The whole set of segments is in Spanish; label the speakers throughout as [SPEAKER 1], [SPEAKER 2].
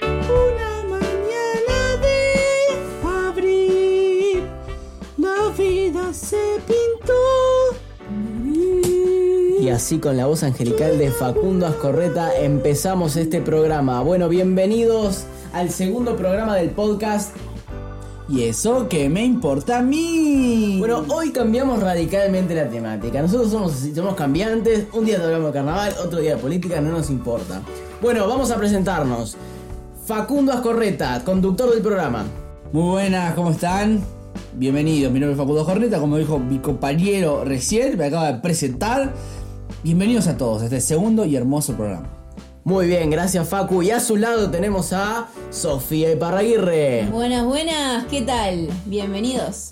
[SPEAKER 1] Una mañana de abril, la vida se pintó.
[SPEAKER 2] Y así con la voz angelical de Facundo Ascorreta empezamos este programa. Bueno, bienvenidos al segundo programa del podcast.
[SPEAKER 3] Y eso que me importa a mí.
[SPEAKER 2] Bueno, hoy cambiamos radicalmente la temática. Nosotros somos, así, somos cambiantes. Un día te hablamos de carnaval, otro día de política, no nos importa. Bueno, vamos a presentarnos. Facundo Ascorreta, conductor del programa.
[SPEAKER 3] Muy buenas, ¿cómo están? Bienvenidos, mi nombre es Facundo Jorneta, como dijo mi compañero recién, me acaba de presentar. Bienvenidos a todos a este segundo y hermoso programa.
[SPEAKER 2] Muy bien, gracias Facu. Y a su lado tenemos a Sofía Iparraguirre.
[SPEAKER 4] Buenas, buenas, ¿qué tal? Bienvenidos.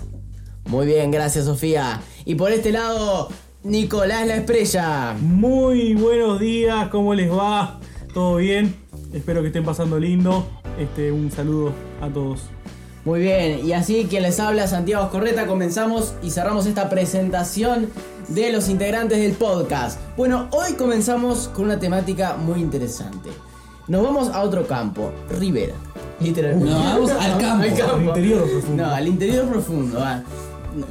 [SPEAKER 2] Muy bien, gracias Sofía. Y por este lado, Nicolás La Estrella.
[SPEAKER 5] Muy buenos días, ¿cómo les va? ¿Todo bien? Espero que estén pasando lindo. Este, un saludo a todos.
[SPEAKER 2] Muy bien, y así quien les habla, Santiago Correta, comenzamos y cerramos esta presentación de los integrantes del podcast. Bueno, hoy comenzamos con una temática muy interesante. Nos vamos a otro campo, Rivera. Literalmente.
[SPEAKER 3] Nos vamos al campo,
[SPEAKER 5] Al interior profundo.
[SPEAKER 2] No, al interior profundo. ah.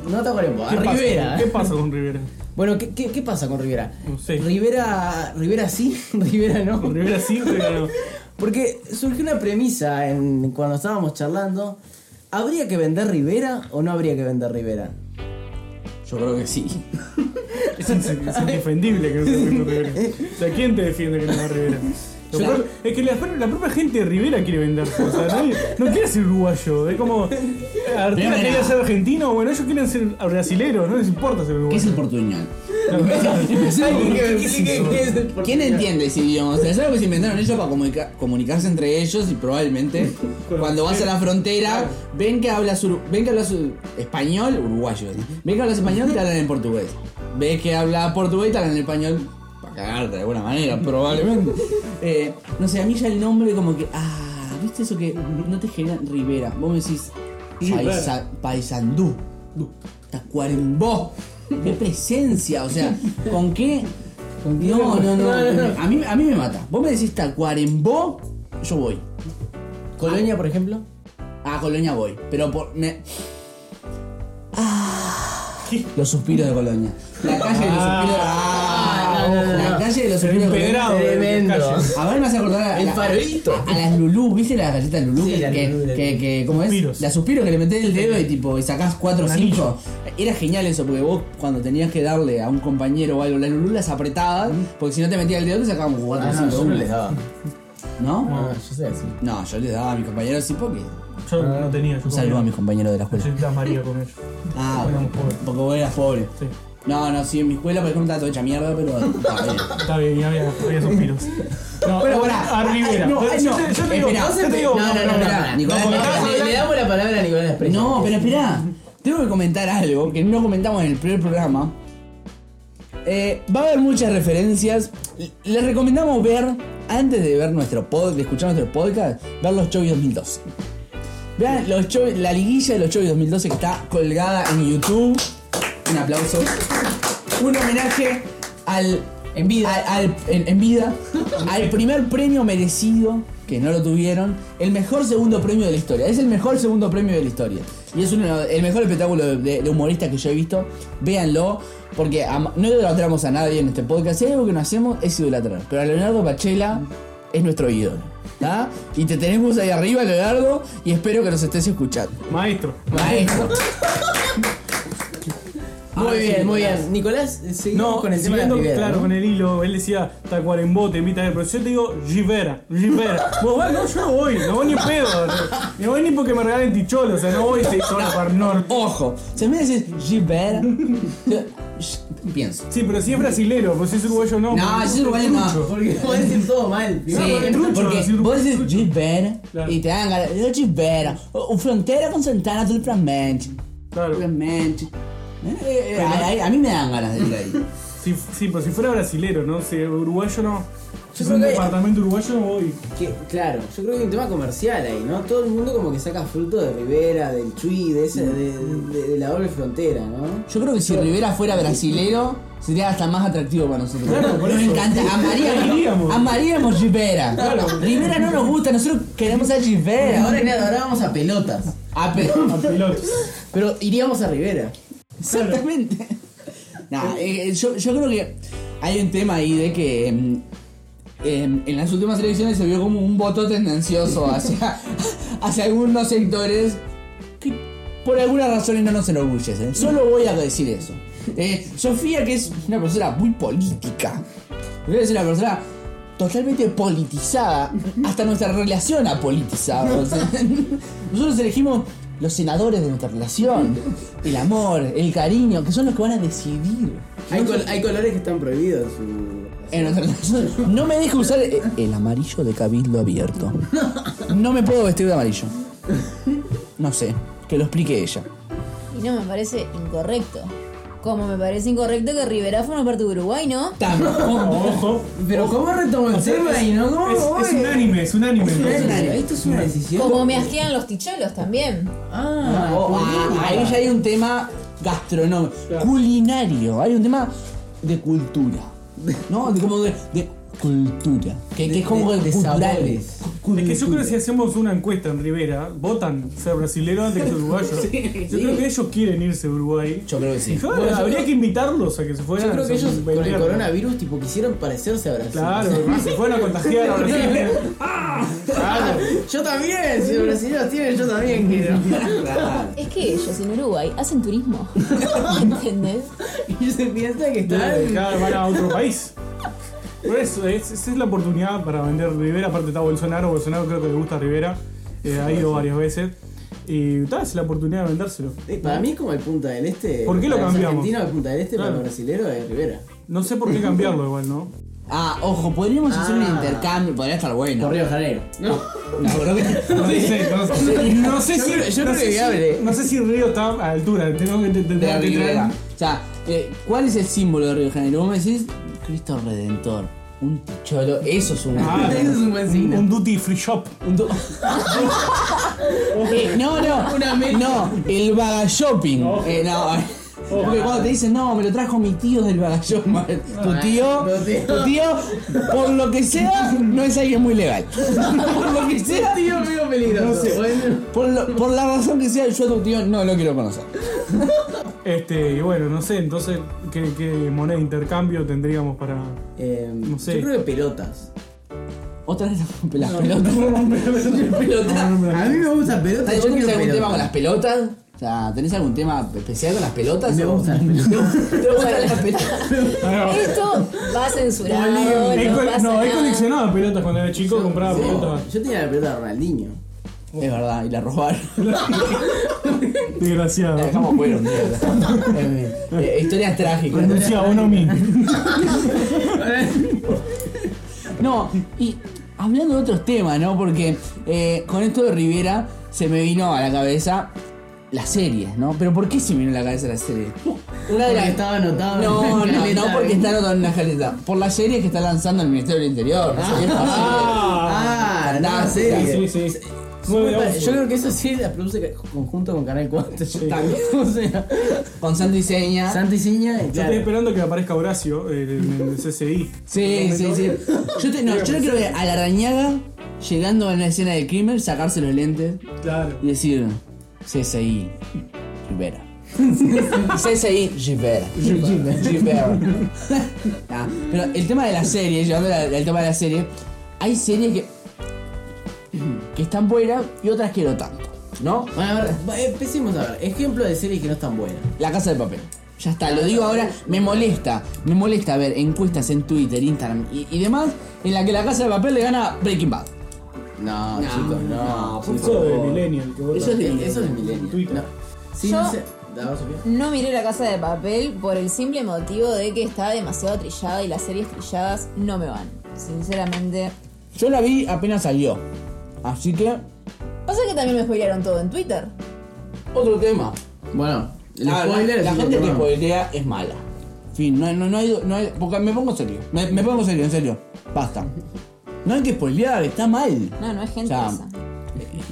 [SPEAKER 2] No, no te acuerdo, a
[SPEAKER 5] ¿Qué pasa-
[SPEAKER 2] Rivera.
[SPEAKER 5] ¿Qué pasa con Rivera?
[SPEAKER 2] Bueno, ¿qué, qué, qué pasa con Rivera?
[SPEAKER 5] No sé.
[SPEAKER 2] Rivera. Rivera sí, Rivera no.
[SPEAKER 5] Con Rivera sí, Rivera no.
[SPEAKER 2] Porque surgió una premisa en, cuando estábamos charlando. ¿Habría que vender Rivera o no habría que vender Rivera?
[SPEAKER 3] Yo creo que sí.
[SPEAKER 5] Es, in- es indefendible que no se venda Rivera. O sea, ¿quién te defiende que no va Rivera? Lo
[SPEAKER 2] Yo-
[SPEAKER 5] peor es que la, la propia gente de Rivera quiere venderse, o sea, nadie- no quiere ser uruguayo, es como Arteta
[SPEAKER 3] Rivera.
[SPEAKER 5] quería ser argentino, bueno, ellos quieren ser brasileros, no les importa ser
[SPEAKER 3] ¿Qué es
[SPEAKER 5] uruguayo.
[SPEAKER 3] el portuñol?
[SPEAKER 2] Alguien que me
[SPEAKER 5] ¿Qué es
[SPEAKER 2] explique
[SPEAKER 5] eso?
[SPEAKER 2] qué es el
[SPEAKER 3] ¿Quién
[SPEAKER 2] portugués.
[SPEAKER 3] entiende ese idioma? O sea, es algo que se inventaron ellos para comunica- comunicarse entre ellos y probablemente cuando vas a la frontera ven que hablas, uru- ven que hablas ur- español, uruguayo, ¿sí? ven que hablas español te hablan en portugués, ves que hablas portugués te hablan en español para cagarte de alguna manera, probablemente. Eh, no sé, a mí ya el nombre como que, ah, ¿viste eso que no te genera Rivera? Vos me decís Paisa- Paisandú, Tacuarembó, qué presencia, o sea, ¿con qué? No, no, no, A, mí, a mí me mata. Vos me decís Tacuarembó, yo voy.
[SPEAKER 2] Colonia, por ejemplo.
[SPEAKER 3] A Colonia voy, pero por. Me... Los suspiros de Colonia. La calle de los suspiros.
[SPEAKER 2] Ah, no, no, no,
[SPEAKER 3] La
[SPEAKER 2] no.
[SPEAKER 3] calle de los
[SPEAKER 5] Se ve
[SPEAKER 3] suspiros de Colonia.
[SPEAKER 2] Eh,
[SPEAKER 5] empedrado. de
[SPEAKER 2] Tremendo.
[SPEAKER 5] calles.
[SPEAKER 3] A ver, me hace acordar a,
[SPEAKER 2] El
[SPEAKER 3] la-
[SPEAKER 2] farolito.
[SPEAKER 3] a, a las Lulú, ¿viste las galletas Lulú?
[SPEAKER 2] Sí,
[SPEAKER 3] que,
[SPEAKER 2] las
[SPEAKER 3] que,
[SPEAKER 2] Lulú, las
[SPEAKER 3] que-
[SPEAKER 2] Lulú.
[SPEAKER 3] que- ¿cómo es?
[SPEAKER 5] Suspiros.
[SPEAKER 3] La suspiro que le metés el dedo y tipo y sacás 4 o
[SPEAKER 5] Un
[SPEAKER 3] 5. Era genial eso, porque vos cuando tenías que darle a un compañero o algo las Lulú las apretabas, porque si no te metía el dedo te sacábamos 4 o
[SPEAKER 2] Ah, no,
[SPEAKER 3] 5.
[SPEAKER 2] yo no les daba.
[SPEAKER 3] ¿No?
[SPEAKER 2] Ah, yo sé así.
[SPEAKER 3] No, yo les daba a mis compañeros sí porque.
[SPEAKER 5] Yo no tenía, yo
[SPEAKER 3] Ah. Un saludo
[SPEAKER 5] comía.
[SPEAKER 3] a mis compañeros de la escuela.
[SPEAKER 5] Yo las María con ellos.
[SPEAKER 3] Ah,
[SPEAKER 5] Éramos pobres.
[SPEAKER 3] porque vos eras pobre.
[SPEAKER 5] Sí.
[SPEAKER 3] No, no, sí, en mi escuela, por ejemplo, estaba todo hecha mierda, pero. eh, está bien.
[SPEAKER 5] Está bien, ya había, había suspiros. No,
[SPEAKER 3] Pero pará.
[SPEAKER 5] a Rivera.
[SPEAKER 3] Ay, no, ay,
[SPEAKER 5] yo,
[SPEAKER 3] no.
[SPEAKER 5] te- yo te digo,
[SPEAKER 3] Esperá.
[SPEAKER 5] yo te digo,
[SPEAKER 3] No, no, no,
[SPEAKER 5] pará.
[SPEAKER 3] pará. Nicolás,
[SPEAKER 5] porque
[SPEAKER 3] no,
[SPEAKER 5] estabas
[SPEAKER 3] pará.
[SPEAKER 2] Le, le damos la palabra a Nicolás Presa.
[SPEAKER 3] No, pero esperá. Tengo que comentar algo que no comentamos en el primer programa. Eh, va a haber muchas referencias. L- Les recomendamos ver, antes de ver nuestro podcast, de escuchar nuestro podcast, ver los Chovy 2012. Vean los Chovy- la liguilla de los Chovy 2012 que está colgada en YouTube. Un aplauso. Un homenaje al. En vida. en, en vida. al primer premio merecido, que no lo tuvieron. El mejor segundo premio de la historia. Es el mejor segundo premio de la historia. Y es uno, el mejor espectáculo de, de- de humorista que yo he visto. Véanlo. Porque am- no idolatramos a nadie en este podcast. Si hay algo que no hacemos es idolatrar. Pero a Leonardo Pachela es nuestro ídolo. ¿tá? Y te tenemos ahí arriba, Leonardo. Y espero que nos estés escuchando.
[SPEAKER 5] Maestro.
[SPEAKER 3] Maestro.
[SPEAKER 2] Muy
[SPEAKER 3] Ahora sí,
[SPEAKER 2] bien, muy
[SPEAKER 3] Nicolás.
[SPEAKER 2] bien. Nicolás, seguimos
[SPEAKER 5] No,
[SPEAKER 2] con el tema de la
[SPEAKER 5] siguiendo,
[SPEAKER 2] Rivera.
[SPEAKER 5] claro,
[SPEAKER 2] ¿no?
[SPEAKER 5] con el hilo, él decía Tacuarembó, te invita a ver, pero yo te digo Rivera, Rivera. Vos vas, no, yo no voy, no voy ni en pedo, o sea, ni voy ni porque me regalen ticholo, o sea, no voy seis horas para el norte.
[SPEAKER 3] Ojo, si me decís Gilbert, yo- sh- pienso.
[SPEAKER 5] Sí, pero si es brasilero, pues si es uruguayo no.
[SPEAKER 3] No, si es uruguayo no.
[SPEAKER 5] trucho.
[SPEAKER 2] Porque puede decir todo mal.
[SPEAKER 3] Sí,
[SPEAKER 2] tío.
[SPEAKER 5] porque trucho,
[SPEAKER 3] porque
[SPEAKER 5] decir
[SPEAKER 3] vos decís
[SPEAKER 5] trucho.
[SPEAKER 3] Gilbert
[SPEAKER 5] Claro.
[SPEAKER 3] y te dan ganas. Yo Gilbert, o- o frontera con Santana, tú realmente.
[SPEAKER 5] Claro.
[SPEAKER 3] Realmente. Eh, eh, eh, A, a- a mí me dan ganas de ir ahí.
[SPEAKER 5] Si- sí, pero si fuera brasilero, ¿no? Si uruguayo no.
[SPEAKER 2] Yo
[SPEAKER 5] un
[SPEAKER 2] creo que-
[SPEAKER 5] departamento uruguayo no voy.
[SPEAKER 2] Que, claro, yo creo que hay un tema comercial ahí, ¿no? Todo el mundo como que saca fruto de Rivera, del Chuy, de, ese, de, de- de la doble frontera, ¿no?
[SPEAKER 3] Yo creo que si Rivera fuera brasilero, sería hasta más atractivo para nosotros.
[SPEAKER 5] Claro, por
[SPEAKER 3] nos
[SPEAKER 5] eso.
[SPEAKER 3] encanta. Amaríamos.
[SPEAKER 5] Amaríamos.
[SPEAKER 3] Amaríamos Rivera. Rivera no nos gusta, nosotros queremos a Rivera.
[SPEAKER 2] Ahora, claro, ahora vamos a pelotas.
[SPEAKER 3] Ah, pero-
[SPEAKER 5] A pilotos.
[SPEAKER 2] Pero iríamos a Rivera.
[SPEAKER 3] Exactamente. Nah, eh, yo, yo creo que hay un tema ahí de que em, em, en las últimas elecciones se vio como un voto tendencioso hacia, hacia algunos sectores que por alguna razón no nos enorgullecen. Solo voy a decir eso. Eh, Sofía, que es una persona muy política, es una persona totalmente politizada, hasta nuestra relación ha politizado. o sea, Nosotros elegimos los senadores de nuestra relación, el amor, el cariño, que son los que van a decidir.
[SPEAKER 2] Hay, col- hay colores que están prohibidos. su-
[SPEAKER 3] En nuestra relación. No me deje usar eh, el amarillo de cabildo abierto. No me puedo vestir de amarillo. No sé, que lo explique ella.
[SPEAKER 4] Y no me parece incorrecto. Como me parece incorrecto que Rivera forma parte de Uruguay, ¿no?
[SPEAKER 3] Tampoco.
[SPEAKER 5] Ojo.
[SPEAKER 2] Pero ¿cómo retomó el tema ahí, no? ¿Cómo voy?
[SPEAKER 5] Es, es un anime, es un anime.
[SPEAKER 2] Es
[SPEAKER 5] entonces.
[SPEAKER 2] una- Esto es una decisión.
[SPEAKER 4] Como me asquean los ticholos también.
[SPEAKER 2] Ah,
[SPEAKER 3] O- ah, ahí ya hay un tema gastronómico, culinario, hay un tema de cultura, ¿no? De como de, de cultura, que, que
[SPEAKER 2] De-
[SPEAKER 3] es como
[SPEAKER 2] de-
[SPEAKER 3] el
[SPEAKER 2] de
[SPEAKER 3] cultural.
[SPEAKER 2] sabores.
[SPEAKER 5] Es que yo creo que si hacemos una encuesta en Rivera, votan ser brasileños antes que uruguayos. yo creo que ellos quieren irse a Uruguay.
[SPEAKER 3] Yo creo que sí.
[SPEAKER 5] Y claro,
[SPEAKER 2] Bueno, yo
[SPEAKER 5] habría
[SPEAKER 2] creo-
[SPEAKER 5] que invitarlos a que se fueran.
[SPEAKER 2] Yo creo que
[SPEAKER 5] o sea,
[SPEAKER 2] ellos con el
[SPEAKER 5] vendrían.
[SPEAKER 2] coronavirus tipo quisieron parecerse a Brasil.
[SPEAKER 5] Claro, se fueron a contagiar a Brasil.
[SPEAKER 2] Claro. Yo también, si los brasileños tienen, yo también quiero.
[SPEAKER 4] Es que ellos en Uruguay hacen turismo. ¿Entendés?
[SPEAKER 2] Y se piensa que están.
[SPEAKER 5] Claro, van a otro país. Por eso, es- esa es la oportunidad para vender Rivera. Aparte está Bolsonaro, Bolsonaro creo que le gusta a Rivera. eh, ha ido varias veces. Y tal, es la oportunidad de vendérselo.
[SPEAKER 2] Eh, Para mí, es como el Punta del Este.
[SPEAKER 5] ¿Por qué lo
[SPEAKER 2] para los
[SPEAKER 5] cambiamos?
[SPEAKER 2] argentinos, el Punta del Este, para
[SPEAKER 5] Claro.
[SPEAKER 2] los brasileros, es Rivera.
[SPEAKER 5] No sé por qué cambiarlo igual, ¿no?
[SPEAKER 3] Ah, ojo, podríamos hacer un
[SPEAKER 2] Ah.
[SPEAKER 3] intercambio, podría estar bueno.
[SPEAKER 2] Por Río de Janeiro. No.
[SPEAKER 3] No, creo que-
[SPEAKER 5] No sé, no sé, no sé
[SPEAKER 2] Yo
[SPEAKER 5] si.
[SPEAKER 2] creo- yo
[SPEAKER 5] no
[SPEAKER 2] creo
[SPEAKER 5] sé
[SPEAKER 2] que
[SPEAKER 5] si-
[SPEAKER 2] hable.
[SPEAKER 5] No sé si Río está a altura. Tengo que
[SPEAKER 3] de
[SPEAKER 5] intentar
[SPEAKER 3] Rivera. O sea, eh, ¿cuál es el símbolo de Río de Janeiro? Vos me decís, Cristo Redentor, un ticholo, eso es un...
[SPEAKER 5] Ah,
[SPEAKER 2] Eso es un buen
[SPEAKER 5] un,
[SPEAKER 2] signo.
[SPEAKER 5] un duty free shop.
[SPEAKER 3] Un do- Eh, no, no,
[SPEAKER 2] Una mezcla.
[SPEAKER 3] no, el baga shopping.
[SPEAKER 5] Ojo.
[SPEAKER 3] Eh, no. Porque cuando te dicen, no, me lo trajo mi tío del baga shopping. Tu tío,
[SPEAKER 2] Ah, tu tío.
[SPEAKER 3] tu tío, por lo que sea, no es alguien muy legal. Por lo que sea,
[SPEAKER 2] Tío, medio peligroso. Bueno.
[SPEAKER 3] por, lo- por la razón que sea, yo a tu tío no lo quiero conocer.
[SPEAKER 5] Este, y bueno, no sé, entonces, ¿qué, qué moneda de intercambio tendríamos para.
[SPEAKER 2] Eh,
[SPEAKER 5] sé.
[SPEAKER 2] Yo creo que pelotas.
[SPEAKER 3] Otra vez las pelotas.
[SPEAKER 2] A mí me gusta pelotas.
[SPEAKER 3] ¿Tenés
[SPEAKER 2] yo
[SPEAKER 3] algún
[SPEAKER 2] quiero
[SPEAKER 3] tema
[SPEAKER 2] pelotas.
[SPEAKER 3] con las pelotas? O sea, ¿tenés algún tema especial con las pelotas?
[SPEAKER 2] Me
[SPEAKER 3] ¿O-
[SPEAKER 2] gustan las pelotas.
[SPEAKER 3] ¿Te gustan las pelotas?
[SPEAKER 5] Ah,
[SPEAKER 4] Esto va censurado.
[SPEAKER 5] no, he,
[SPEAKER 4] No,
[SPEAKER 5] col-
[SPEAKER 4] pasa
[SPEAKER 5] no, he
[SPEAKER 4] nada.
[SPEAKER 5] coleccionado pelotas cuando era chico, compraba
[SPEAKER 2] Sí.
[SPEAKER 5] pelotas.
[SPEAKER 2] Yo tenía la pelota de Ronaldinho.
[SPEAKER 3] Es verdad, y la robaron. La
[SPEAKER 5] Desgraciado.
[SPEAKER 3] dejamos fuera un día. Eh, eh, historias trágicas.
[SPEAKER 5] Renuncia a uno mismo.
[SPEAKER 3] No, y hablando de otros temas, ¿no? Porque eh, con esto de Rivera se me vino a la cabeza las series, ¿no? Pero ¿por qué se me vino a la cabeza las series? Una
[SPEAKER 2] Porque estaba anotado en
[SPEAKER 3] No, no,
[SPEAKER 2] una
[SPEAKER 3] no,
[SPEAKER 2] caleta,
[SPEAKER 3] porque
[SPEAKER 2] ¿eh?
[SPEAKER 3] está anotado en una caleta. Por las series que está lanzando el Ministerio del Interior. las series para
[SPEAKER 2] Ah, nada,
[SPEAKER 3] sí,
[SPEAKER 2] serio.
[SPEAKER 5] Sí, sí. Nueve de
[SPEAKER 2] Yo
[SPEAKER 5] agosto.
[SPEAKER 2] creo que eso sí la produce conjunto con Canal 4.
[SPEAKER 5] Sí. Ah.
[SPEAKER 2] O sea,
[SPEAKER 3] series. Con Santo y Seña.
[SPEAKER 2] Santi Ciña,
[SPEAKER 5] Yo estoy
[SPEAKER 2] claro.
[SPEAKER 5] esperando que aparezca Horacio eh, en el CCI.
[SPEAKER 3] Sí, sí, sí. Yo, te, no, yo lo quiero ver a la arañaga llegando a una escena de crimen, sacarse los lentes.
[SPEAKER 5] Claro.
[SPEAKER 3] y decir CSI Rivera. CSI Rivera. Rivera. Nah, pero el tema de la serie, llevando la- el tema de la serie, hay series que, que están buenas y otras que no tanto, ¿no?
[SPEAKER 2] Bueno, a ver, va- empecemos a ver. Ejemplo de series que no están buenas.
[SPEAKER 3] La casa de papel. Ya está, lo digo ahora, me molesta, me molesta ver encuestas en Twitter, Instagram y, y demás en la que la casa de papel le gana Breaking Bad.
[SPEAKER 2] No, chicos, no.
[SPEAKER 5] Eso de Millennial. Que vos
[SPEAKER 2] Eso es
[SPEAKER 5] también.
[SPEAKER 2] de, Eh, eso es de Milenio.
[SPEAKER 5] Twitter.
[SPEAKER 2] No. Sí,
[SPEAKER 4] Yo-
[SPEAKER 2] no sé. A ver, Sofía.
[SPEAKER 4] No miré la casa de papel por el simple motivo de que está demasiado trillada y las series trilladas no me van. Sinceramente.
[SPEAKER 3] Yo la vi apenas salió, así que
[SPEAKER 4] Pasa que también me spoilearon todo en Twitter.
[SPEAKER 3] otro tema.
[SPEAKER 2] Bueno, el
[SPEAKER 3] Ah, la-
[SPEAKER 2] spoiler es
[SPEAKER 3] la
[SPEAKER 2] el
[SPEAKER 3] gente que
[SPEAKER 2] otro, ¿no?
[SPEAKER 3] spoilea es mala. Fin, no, no, no hay, no hay- Porque me pongo serio. Me, me pongo serio, en serio. Basta. No hay que spoilear, está mal.
[SPEAKER 4] No, no es gente
[SPEAKER 3] O sea,
[SPEAKER 4] esa.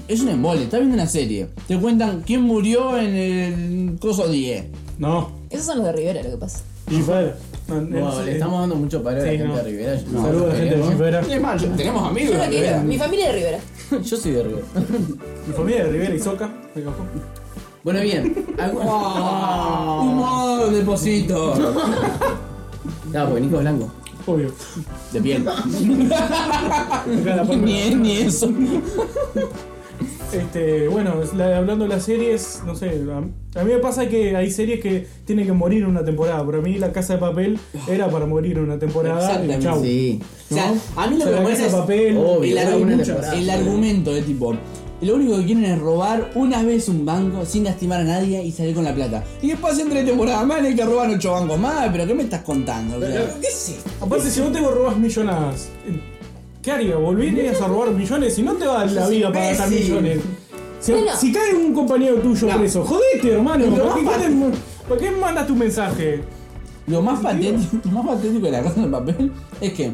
[SPEAKER 3] Es un embole, estás viendo una serie. Te cuentan quién murió en el coso 10.
[SPEAKER 5] No.
[SPEAKER 4] Esos son los de Rivera lo que pasa.
[SPEAKER 5] Y bueno. no,
[SPEAKER 2] Bueno,
[SPEAKER 5] no,
[SPEAKER 2] le
[SPEAKER 5] eh,
[SPEAKER 2] estamos dando mucho palo a la
[SPEAKER 5] Sí,
[SPEAKER 2] gente
[SPEAKER 5] no.
[SPEAKER 2] de Rivera. yo-
[SPEAKER 5] Saludos a la gente de
[SPEAKER 2] queremos.
[SPEAKER 5] Rivera.
[SPEAKER 3] Es más, yo- tenemos
[SPEAKER 4] Yo
[SPEAKER 3] amigos.
[SPEAKER 4] lo
[SPEAKER 3] de
[SPEAKER 4] quiero.
[SPEAKER 3] verdad.
[SPEAKER 4] Mi familia es de Rivera.
[SPEAKER 2] Yo soy de Rivera.
[SPEAKER 5] Mi familia de Rivera y Soca. Me cajó.
[SPEAKER 2] Bueno, bien. algu-
[SPEAKER 3] Humor, deposito.
[SPEAKER 2] No, porque Ah, pues, Nico es blanco.
[SPEAKER 5] Obvio.
[SPEAKER 3] De piel.
[SPEAKER 5] Acá la parte-
[SPEAKER 3] ni, ni eso.
[SPEAKER 5] Este, bueno, es la- hablando de las series, no sé, a, a mí me pasa que hay series que tienen que morir en una temporada, pero a mí La Casa de Papel era para morir en una temporada y
[SPEAKER 3] Exactamente,
[SPEAKER 5] chau.
[SPEAKER 2] Ah. Sí.
[SPEAKER 3] O sea,
[SPEAKER 5] ¿No?
[SPEAKER 3] a mí lo
[SPEAKER 5] Se
[SPEAKER 3] que me
[SPEAKER 5] la
[SPEAKER 3] parece
[SPEAKER 5] casa
[SPEAKER 3] es
[SPEAKER 5] papel,
[SPEAKER 2] obvio,
[SPEAKER 3] el,
[SPEAKER 2] hay
[SPEAKER 3] argumento,
[SPEAKER 2] muchas temporadas,
[SPEAKER 3] el
[SPEAKER 2] obvio.
[SPEAKER 3] argumento de tipo, lo único que quieren es robar una vez un banco sin lastimar a nadie y salir con la plata. Y después entre temporadas más hay que robar ocho bancos más, pero ¿qué me estás contando? bro?
[SPEAKER 2] ¿Qué es esto?
[SPEAKER 5] Aparte, si no te robas millonadas, eh, ¿qué harías? ¿Volverías a robar millones? Y no te va la vida para gastar
[SPEAKER 2] imbécil.
[SPEAKER 5] millones. Si,
[SPEAKER 4] Bueno.
[SPEAKER 5] si cae un compañero tuyo preso, jodete, hermano.
[SPEAKER 3] Lo
[SPEAKER 5] ¿Por qué,
[SPEAKER 3] más
[SPEAKER 5] querés- por qué mandas tu mensaje?
[SPEAKER 3] Lo más patético, lo más patético de la casa del papel es que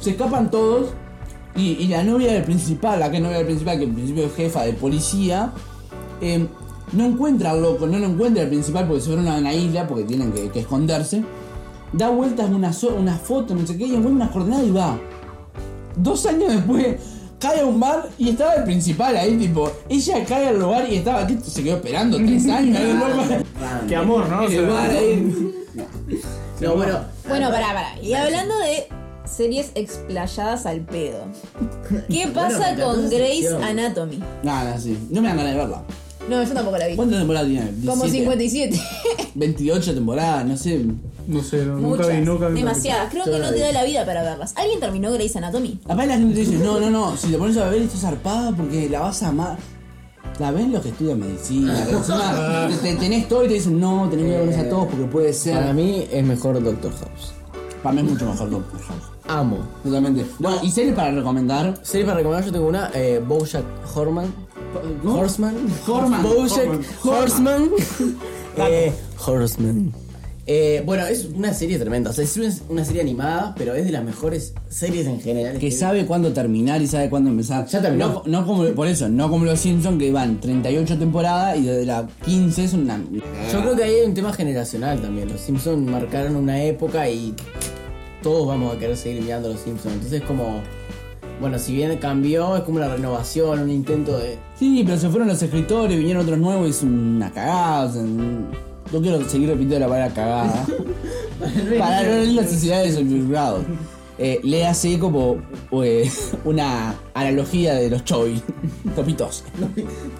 [SPEAKER 3] se escapan todos y, y la novia del principal, la que es novia del principal, que en principio es jefa de policía, eh, no encuentra al loco, no lo encuentra el principal porque se fueron a una isla porque tienen que, que esconderse. Da vueltas una, so- una foto, no sé qué, y encuentra una jornada y va. Dos años después cae a un bar y estaba el principal ahí, tipo, ella cae al lugar y estaba, ¿qué? Se quedó esperando tres años, el loco.
[SPEAKER 5] Qué amor, ¿no? O
[SPEAKER 3] En
[SPEAKER 5] sea,
[SPEAKER 3] el bar ahí.
[SPEAKER 2] No, bueno.
[SPEAKER 4] Bueno, pará, pará. Y hablando de series explayadas al pedo. ¿Qué pasa
[SPEAKER 2] me encantó
[SPEAKER 4] con
[SPEAKER 2] esa
[SPEAKER 4] Grey's
[SPEAKER 2] sección.
[SPEAKER 4] Anatomy?
[SPEAKER 3] Nada, sí. No me dan ganas de verla.
[SPEAKER 4] No, yo tampoco la vi.
[SPEAKER 3] ¿Cuántas temporadas tiene?
[SPEAKER 4] Como
[SPEAKER 3] 17,
[SPEAKER 4] 57.
[SPEAKER 3] 28 temporadas, no sé.
[SPEAKER 5] No sé, no, nunca vi,
[SPEAKER 4] Muchas.
[SPEAKER 5] nunca vi.
[SPEAKER 4] Demasiadas. Creo
[SPEAKER 2] Yo
[SPEAKER 4] que
[SPEAKER 2] la
[SPEAKER 4] no te
[SPEAKER 2] vi.
[SPEAKER 4] da la vida para verlas. ¿Alguien terminó Grey's Anatomy?
[SPEAKER 3] Capaz la gente te dice, no, no, no, si te pones a beber estás zarpada porque la vas a amar. La ven los que estudian medicina, que encima te, te- tenés todo y te dicen, no, tenés que verlos a todos porque puede ser.
[SPEAKER 2] Para mí es mejor Doctor House.
[SPEAKER 3] Para mí es mucho mejor Doctor House.
[SPEAKER 2] Amo.
[SPEAKER 3] Totalmente. Bueno, y series para recomendar.
[SPEAKER 2] Serie para recomendar, yo tengo una, eh, Bojack Horman.
[SPEAKER 3] ¿no?
[SPEAKER 2] Horseman.
[SPEAKER 3] Horman.
[SPEAKER 2] Bojack Horseman.
[SPEAKER 5] Horman.
[SPEAKER 2] eh, Horseman. Eh, bueno, es una serie tremenda. O sea, es una, una serie animada, pero es de las mejores series en general.
[SPEAKER 3] Que sabe cuándo terminar y sabe cuándo empezar.
[SPEAKER 2] Ya terminó.
[SPEAKER 3] No, no como, por eso, no como los Simpsons que van 38 temporadas y desde la 15 es una.
[SPEAKER 2] Yo creo que ahí hay un tema generacional también. Los Simpsons marcaron una época y todos vamos a querer seguir mirando a los Simpsons. Entonces, como. Bueno, si bien cambió, es como una renovación, un intento de.
[SPEAKER 3] Sí, pero se fueron los escritores, vinieron otros nuevos y es una cagada. o sea, no quiero seguir repitiendo la palabra cagada. Para no herir la sociedad de subjugado. Eh, le hace como eh, una analogía de los Chovy. Topitos.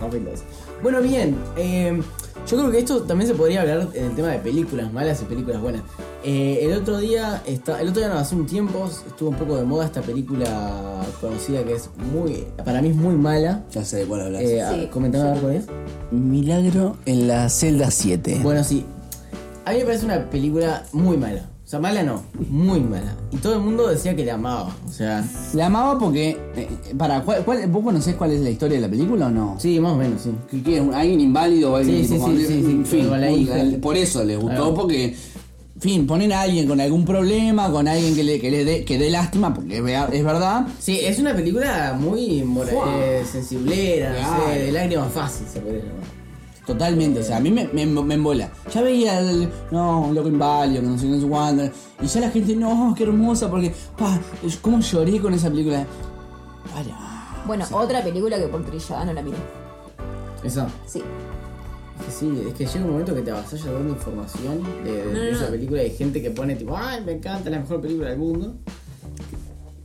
[SPEAKER 2] Papelos. Bueno, bien. eh, yo creo que esto también se podría hablar en el tema de películas malas y películas buenas. Eh, el otro día, está, el otro día no, hace un tiempo estuvo un poco de moda esta película conocida que es muy, para mí es muy mala.
[SPEAKER 3] Ya sé de cuál hablas.
[SPEAKER 2] Eh,
[SPEAKER 4] Sí,
[SPEAKER 2] comentame a ver cuál es.
[SPEAKER 3] Milagro en la celda 7.
[SPEAKER 2] Bueno, sí. A mí me parece una película muy mala. O sea, mala no, muy mala. Y todo el mundo decía que la amaba. O sea,
[SPEAKER 3] La amaba porque. eh, para, ¿cuál- cuál- ¿Vos conocés cuál es la historia de la película o no?
[SPEAKER 2] sí, más o menos, sí.
[SPEAKER 3] ¿Qué, qué? ¿Alguien inválido o alguien
[SPEAKER 2] Sí,
[SPEAKER 3] que
[SPEAKER 2] sí,
[SPEAKER 3] tipo,
[SPEAKER 2] sí, sí, sí,
[SPEAKER 3] en fin,
[SPEAKER 2] con la
[SPEAKER 3] un-
[SPEAKER 2] hija.
[SPEAKER 3] el- Por eso les gustó,
[SPEAKER 2] Claro.
[SPEAKER 3] porque. en Fin, poner a alguien con algún problema, con alguien que le, que le dé, que dé lástima, porque es, vea- es verdad.
[SPEAKER 2] Sí, es una película muy mora- eh, sensiblera, no
[SPEAKER 3] Claro.
[SPEAKER 2] sé, de lágrimas fácil se puede llamar.
[SPEAKER 3] Totalmente, o sea, a mí me, me, me embola. Ya veía el. No, un loco inválido, que no sé, no sé cuándo, Y ya la gente, no, qué hermosa, porque. Pa, es- ¿Cómo lloré con esa película? Para.
[SPEAKER 4] Bueno, otra película que por trillada no la miré.
[SPEAKER 2] Esa.
[SPEAKER 4] Sí.
[SPEAKER 2] Que Sí, es que llega un momento que te avasalla dando información de, de- de
[SPEAKER 4] no,
[SPEAKER 2] esa
[SPEAKER 4] no.
[SPEAKER 2] película y hay gente que pone tipo, ay, me encanta, la mejor película del mundo.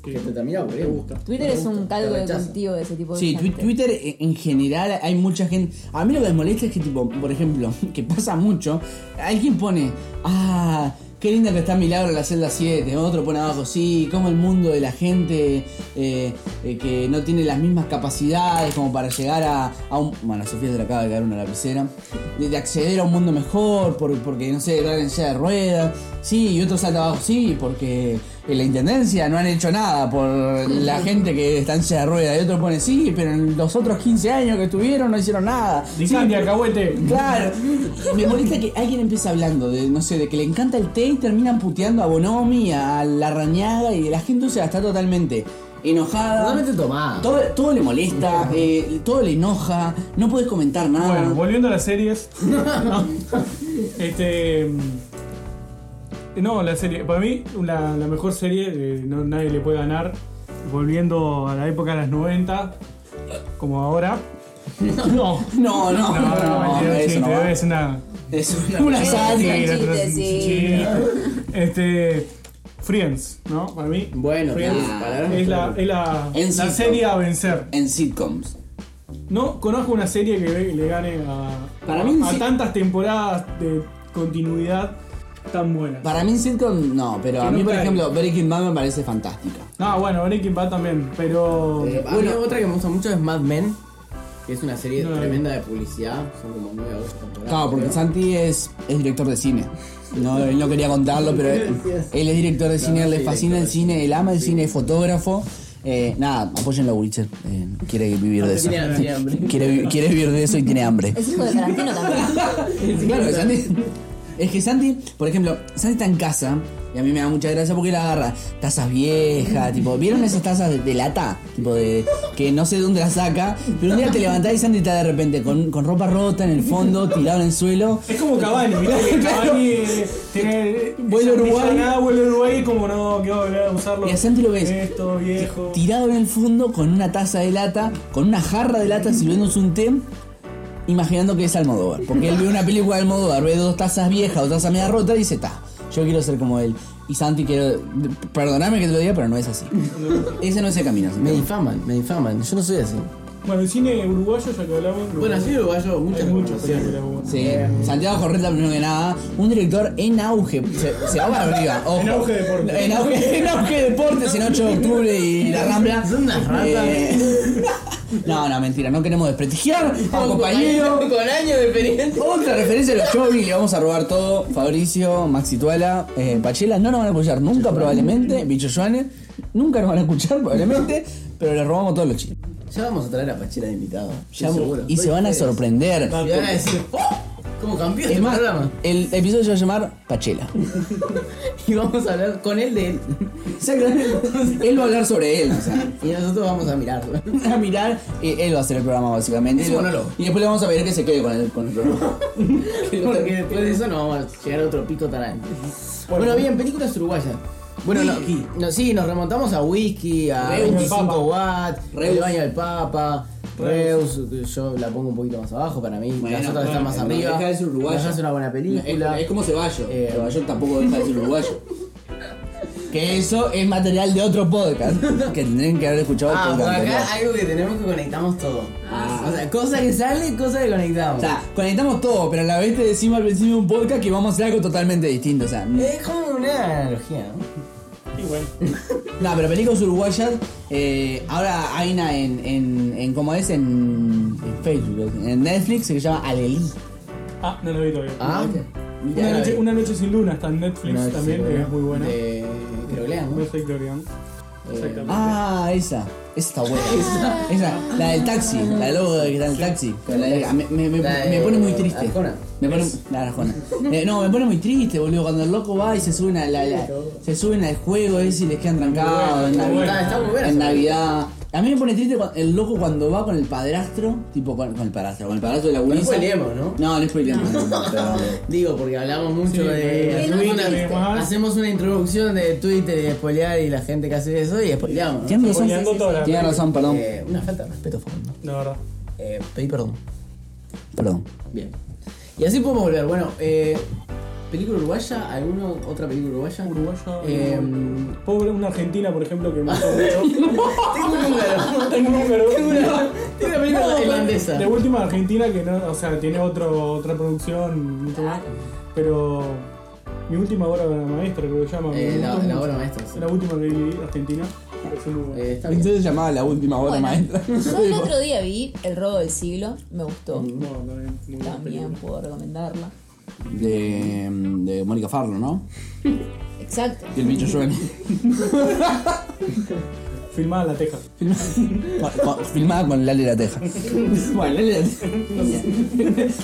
[SPEAKER 2] Que, este que te termina porque gusta.
[SPEAKER 4] Twitter
[SPEAKER 2] Te
[SPEAKER 4] es un
[SPEAKER 2] gusta,
[SPEAKER 4] caldo
[SPEAKER 2] te
[SPEAKER 4] de
[SPEAKER 2] rechaza.
[SPEAKER 4] cultivo de ese tipo de
[SPEAKER 3] Sí,
[SPEAKER 4] gente.
[SPEAKER 3] twi- Twitter eh, en general hay mucha gente. A mí lo que me molesta es que, tipo, por ejemplo, que pasa mucho, alguien pone, ah, qué linda que está Milagro en la celda 7. Otro pone abajo, sí, como el mundo de la gente eh, eh, que no tiene las mismas capacidades como para llegar a, a un. Bueno, a Sofía se le acaba de caer una lapicera. De, de acceder a un mundo mejor, por- porque no sé, va en silla de ruedas. Sí, y otro salta abajo, sí, porque en la intendencia no han hecho nada por la gente que está en silla de rueda. Y otro pone, sí, pero en los otros 15 años que estuvieron no hicieron nada. Sí,
[SPEAKER 5] Dicandia, cahuete.
[SPEAKER 3] Claro, me molesta que alguien empiece hablando de, no sé, de que le encanta el té y terminan puteando a Bonomi, a la rañaga y la gente se está totalmente enojada.
[SPEAKER 2] Totalmente tomada.
[SPEAKER 3] Todo, todo le molesta, eh, todo le enoja, no puedes comentar nada.
[SPEAKER 5] Bueno, volviendo a las series. No. Este. mm, No, la serie. Para mí, la, la mejor serie, eh, no, nadie le puede ganar. Volviendo a la época de las 90, como ahora. No.
[SPEAKER 3] no, no,
[SPEAKER 5] No, no, mentira,
[SPEAKER 3] eso
[SPEAKER 5] sí,
[SPEAKER 3] no
[SPEAKER 5] te
[SPEAKER 3] va.
[SPEAKER 5] ves una.
[SPEAKER 3] Es una sátira.
[SPEAKER 5] Sí,
[SPEAKER 4] chiste,
[SPEAKER 5] la otra-
[SPEAKER 4] sí.
[SPEAKER 5] sí. Este. Friends, ¿no? Para mí.
[SPEAKER 2] Bueno,
[SPEAKER 5] Friends
[SPEAKER 2] nah, palabras
[SPEAKER 5] es la, es la,
[SPEAKER 3] En
[SPEAKER 5] la
[SPEAKER 3] sí,
[SPEAKER 5] serie a vencer.
[SPEAKER 3] En sitcoms.
[SPEAKER 5] No conozco una serie que ve- le gane a,
[SPEAKER 3] Para mí
[SPEAKER 5] a
[SPEAKER 3] sí.
[SPEAKER 5] tantas temporadas de continuidad tan buenas.
[SPEAKER 3] Para mí en sitcom no, pero a
[SPEAKER 5] Que
[SPEAKER 3] mí,
[SPEAKER 5] no
[SPEAKER 3] por
[SPEAKER 5] cae.
[SPEAKER 3] ejemplo, Breaking Bad me parece fantástica.
[SPEAKER 5] Ah, bueno, Breaking Bad también, pero.
[SPEAKER 2] Eh, a mí
[SPEAKER 3] Bueno.
[SPEAKER 2] otra que me gusta mucho es Mad Men, que es una serie
[SPEAKER 5] No, no.
[SPEAKER 2] tremenda de publicidad. Son como nueve o 8 temporadas.
[SPEAKER 3] Claro, porque
[SPEAKER 2] creo.
[SPEAKER 3] Santi es, es director de cine. No, él no quería contarlo, pero él, él es director de cine, él le
[SPEAKER 2] sí,
[SPEAKER 3] fascina el
[SPEAKER 2] director de
[SPEAKER 3] cine, él ama el cine, es fotógrafo. Eh, nada, apóyenlo a Witcher. eh, quiere vivir de eso.
[SPEAKER 2] Tiene- tiene hambre.
[SPEAKER 3] Quiere, vi- quiere vivir de eso y tiene hambre.
[SPEAKER 4] Es hijo de Tarantino también.
[SPEAKER 3] Claro, que Santi. Es que Santi, por ejemplo, Santi está en casa y a mí me da mucha gracia porque él agarra tazas viejas, tipo, ¿vieron esas tazas de, de lata? Tipo de que no sé de dónde las saca, pero un día te levantás y Santi está de repente con, con ropa rota en el fondo, tirado en el suelo.
[SPEAKER 5] Es como Cavani, ¿viste? Que Cavani eh, tiene.
[SPEAKER 3] Vuelve a
[SPEAKER 5] esa
[SPEAKER 3] Uruguay.
[SPEAKER 5] pizarra, Vuelve a Uruguay y como no, que va a volver a usarlo.
[SPEAKER 3] Y a Santi lo ves.
[SPEAKER 5] Esto, viejo.
[SPEAKER 3] tirado en el fondo con una taza de lata, con una jarra de lata sirviéndose un té, imaginando que es Almodóvar. Porque él ve una película de Almodóvar, ve dos tazas viejas, dos tazas media rota y dice, ta, yo quiero ser como él. Y Santi quiero... Perdoname que te lo diga, pero no es así. Ese no es el camino.
[SPEAKER 2] Me difaman, me difaman. Yo no soy así.
[SPEAKER 5] Bueno, el cine uruguayo, ya que hablamos.
[SPEAKER 2] Bueno, así uruguayo, muchas
[SPEAKER 5] Hay muchas
[SPEAKER 2] recomendaciones.
[SPEAKER 5] películas buenas.
[SPEAKER 3] Sí, Santiago Correta primero que nada, un director en auge, se, se va para arriba, ojo.
[SPEAKER 5] En auge deporte.
[SPEAKER 3] En auge, en auge deportes en 8 de octubre y la Rambla.
[SPEAKER 2] Son unas ratas.
[SPEAKER 3] Eh, no, no, mentira, no queremos desprestigiar a un compañero.
[SPEAKER 2] Con años de experiencia.
[SPEAKER 3] Otra referencia a los Jovi, le vamos a robar todo. Fabricio, Maxituala, eh, Pachela, no nos van a escuchar nunca probablemente. Bicho Joane, nunca nos van a escuchar probablemente, pero le robamos todos los chistes.
[SPEAKER 2] Ya vamos a traer a Pachela de invitado.
[SPEAKER 3] Ya-
[SPEAKER 2] estoy seguro.
[SPEAKER 3] y se van a
[SPEAKER 2] Estoy-
[SPEAKER 3] sorprender.
[SPEAKER 2] Y van a decir, ¡oh! ¿Cómo cambió
[SPEAKER 3] Es
[SPEAKER 2] este
[SPEAKER 3] más,
[SPEAKER 2] programa?
[SPEAKER 3] el episodio se va a llamar Pachela.
[SPEAKER 2] Y vamos a hablar con él de él.
[SPEAKER 3] Él va a hablar sobre él, o sea.
[SPEAKER 2] Y nosotros vamos a mirarlo.
[SPEAKER 3] A mirar, eh, él va a hacer el programa básicamente.
[SPEAKER 2] Es un monólogo.
[SPEAKER 3] Y después le vamos a pedir que se quede con el, con el programa.
[SPEAKER 2] Porque después de eso no vamos a llegar a otro pico tan alto. Bueno, bien, películas uruguayas. Bueno, no, no, sí, nos remontamos a Whisky, a
[SPEAKER 5] Reus.
[SPEAKER 2] 25 Watt,
[SPEAKER 3] Reus.
[SPEAKER 2] El Baño del Papa, Reus. yo la pongo un poquito más abajo para mí,
[SPEAKER 3] Bueno,
[SPEAKER 2] las otras están
[SPEAKER 3] bueno,
[SPEAKER 2] más
[SPEAKER 3] no,
[SPEAKER 2] arriba.
[SPEAKER 3] deja de ser uruguaya.
[SPEAKER 2] Deja de ser una buena película.
[SPEAKER 3] Es, es como Ceballo.
[SPEAKER 2] Eh,
[SPEAKER 3] Ceballo tampoco deja de ser uruguayo. Que eso es material de otro podcast. Que tendrían que haber escuchado el
[SPEAKER 2] Ah, por
[SPEAKER 3] podcast. anterior.
[SPEAKER 2] acá algo que tenemos que conectamos todo. O sea, cosa que sale, cosa que
[SPEAKER 3] O
[SPEAKER 2] conectamos.
[SPEAKER 3] sea, conectamos todo, pero a la vez te decimos al principio de un podcast que vamos a hacer algo totalmente distinto. O sea, mm.
[SPEAKER 2] es como una analogía, ¿no?
[SPEAKER 5] Y bueno.
[SPEAKER 3] No, pero películas uruguayas, eh, ahora hay una en, en, en ¿cómo es? En, en Facebook, en Netflix, que se llama Alelí.
[SPEAKER 5] Ah, no lo vi todavía.
[SPEAKER 2] Ah,
[SPEAKER 5] Una noche,
[SPEAKER 3] eh.
[SPEAKER 5] una noche sin luna está en Netflix
[SPEAKER 2] Una noche
[SPEAKER 5] también,
[SPEAKER 2] sin
[SPEAKER 5] que
[SPEAKER 2] luna.
[SPEAKER 5] es muy buena.
[SPEAKER 2] De
[SPEAKER 3] Eh,
[SPEAKER 2] Creolean, ¿no? Eh,
[SPEAKER 5] No sé, Glorian. Exactamente.
[SPEAKER 3] Ah, esa. Esa está buena.
[SPEAKER 2] Ah.
[SPEAKER 3] Esa, la del taxi, la del logo que está en el taxi. La- me, me- me-
[SPEAKER 2] La de-
[SPEAKER 3] me pone muy triste.
[SPEAKER 2] Arjona.
[SPEAKER 3] Me pone, la de Arjona. Eh, no, me pone muy triste, boludo. Cuando el loco va y se suben, a la, la- se suben al juego ese y les quedan trancados en
[SPEAKER 5] Está muy buena,
[SPEAKER 3] Navidad.
[SPEAKER 2] está muy buena
[SPEAKER 3] en
[SPEAKER 2] esa
[SPEAKER 3] Navidad. A mí me pone triste cuando- el loco cuando va con el padrastro, tipo con, con el padrastro, con el padrastro de la
[SPEAKER 2] No
[SPEAKER 3] gurisa.
[SPEAKER 2] spoileemos, ¿no?
[SPEAKER 3] No, no spoileemos. no, no, pero-
[SPEAKER 2] Digo, porque hablamos mucho
[SPEAKER 5] Sí,
[SPEAKER 2] de.
[SPEAKER 5] de
[SPEAKER 2] hacemos,
[SPEAKER 5] Twitter,
[SPEAKER 2] una,
[SPEAKER 5] demás.
[SPEAKER 2] hacemos una introducción de Twitter y de spoilear y la gente que hace eso y spoileamos. ¿no?
[SPEAKER 3] Tienen razón,
[SPEAKER 5] Spoileando toda la
[SPEAKER 3] Tienen razón, perdón.
[SPEAKER 2] Eh, una falta de respeto, por favor, ¿no?
[SPEAKER 5] La verdad.
[SPEAKER 2] Eh, pedí perdón.
[SPEAKER 3] Perdón.
[SPEAKER 2] Bien. Y así podemos volver. Bueno, eh, ¿película uruguaya? ¿Alguna otra película uruguaya?
[SPEAKER 5] Uruguayo.
[SPEAKER 2] Eh,
[SPEAKER 5] Pobre, una argentina, por ejemplo, que me gusta mucho.
[SPEAKER 2] Tengo un número.
[SPEAKER 5] Tengo un número.
[SPEAKER 2] Tengo una, tengo una película
[SPEAKER 5] No,
[SPEAKER 2] tailandesa.
[SPEAKER 5] De última Argentina que no, o sea, tiene otro, otra producción mucho
[SPEAKER 2] Ah,
[SPEAKER 5] más. Pero mi última obra maestra, creo que se llama. me
[SPEAKER 2] Eh, la,
[SPEAKER 5] gustó
[SPEAKER 2] la
[SPEAKER 5] mucho.
[SPEAKER 2] obra maestra. sí.
[SPEAKER 5] La última que vi argentina. Es muy buena.
[SPEAKER 2] Eh, está bien.
[SPEAKER 3] Entonces llamaba la última hora
[SPEAKER 4] Bueno,
[SPEAKER 3] maestra.
[SPEAKER 4] yo el otro día vi El robo del siglo, me gustó.
[SPEAKER 5] No, también, muy buena
[SPEAKER 4] También
[SPEAKER 5] película.
[SPEAKER 4] puedo recomendarla.
[SPEAKER 3] de, de Mónica Farro, ¿no?
[SPEAKER 4] Exacto.
[SPEAKER 3] Que el bicho suene.
[SPEAKER 5] Filmada en la teja.
[SPEAKER 3] Con- con- Filmada con Lali la Teja.
[SPEAKER 2] Bueno,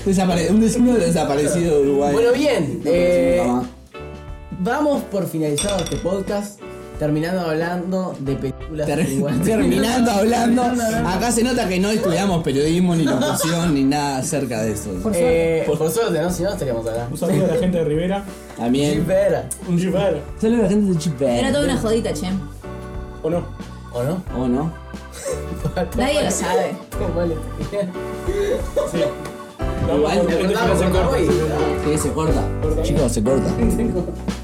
[SPEAKER 3] Desapare- un destino desaparecido de Uruguay.
[SPEAKER 2] Bueno, bien,
[SPEAKER 3] No, pero
[SPEAKER 2] eh,
[SPEAKER 3] sí, mamá.
[SPEAKER 2] vamos por finalizado este podcast, terminando hablando de películas
[SPEAKER 3] Ter-
[SPEAKER 2] uruguayas.
[SPEAKER 3] terminando hablando. Acá se nota que no estudiamos periodismo, ni locución, ni nada cerca de eso.
[SPEAKER 2] Eh, por, suerte, ¿no? Si no, estaríamos acá.
[SPEAKER 5] Un saludo a la gente de Rivera.
[SPEAKER 3] También.
[SPEAKER 2] Chipera.
[SPEAKER 5] Un chipero.
[SPEAKER 3] Solo la gente de Chipper.
[SPEAKER 4] Era toda una jodita, che.
[SPEAKER 5] ¿O no?
[SPEAKER 2] ¿O no?
[SPEAKER 3] ¿O no?
[SPEAKER 4] Nadie lo sabe.
[SPEAKER 2] ¿Cómo vale? Te
[SPEAKER 5] Sí. Vamos,
[SPEAKER 3] Igual,
[SPEAKER 5] porque este
[SPEAKER 2] cortamos,
[SPEAKER 5] final se corta.
[SPEAKER 2] cortamos.
[SPEAKER 3] Sí, se corta. Chicos, se corta.
[SPEAKER 2] Tengo-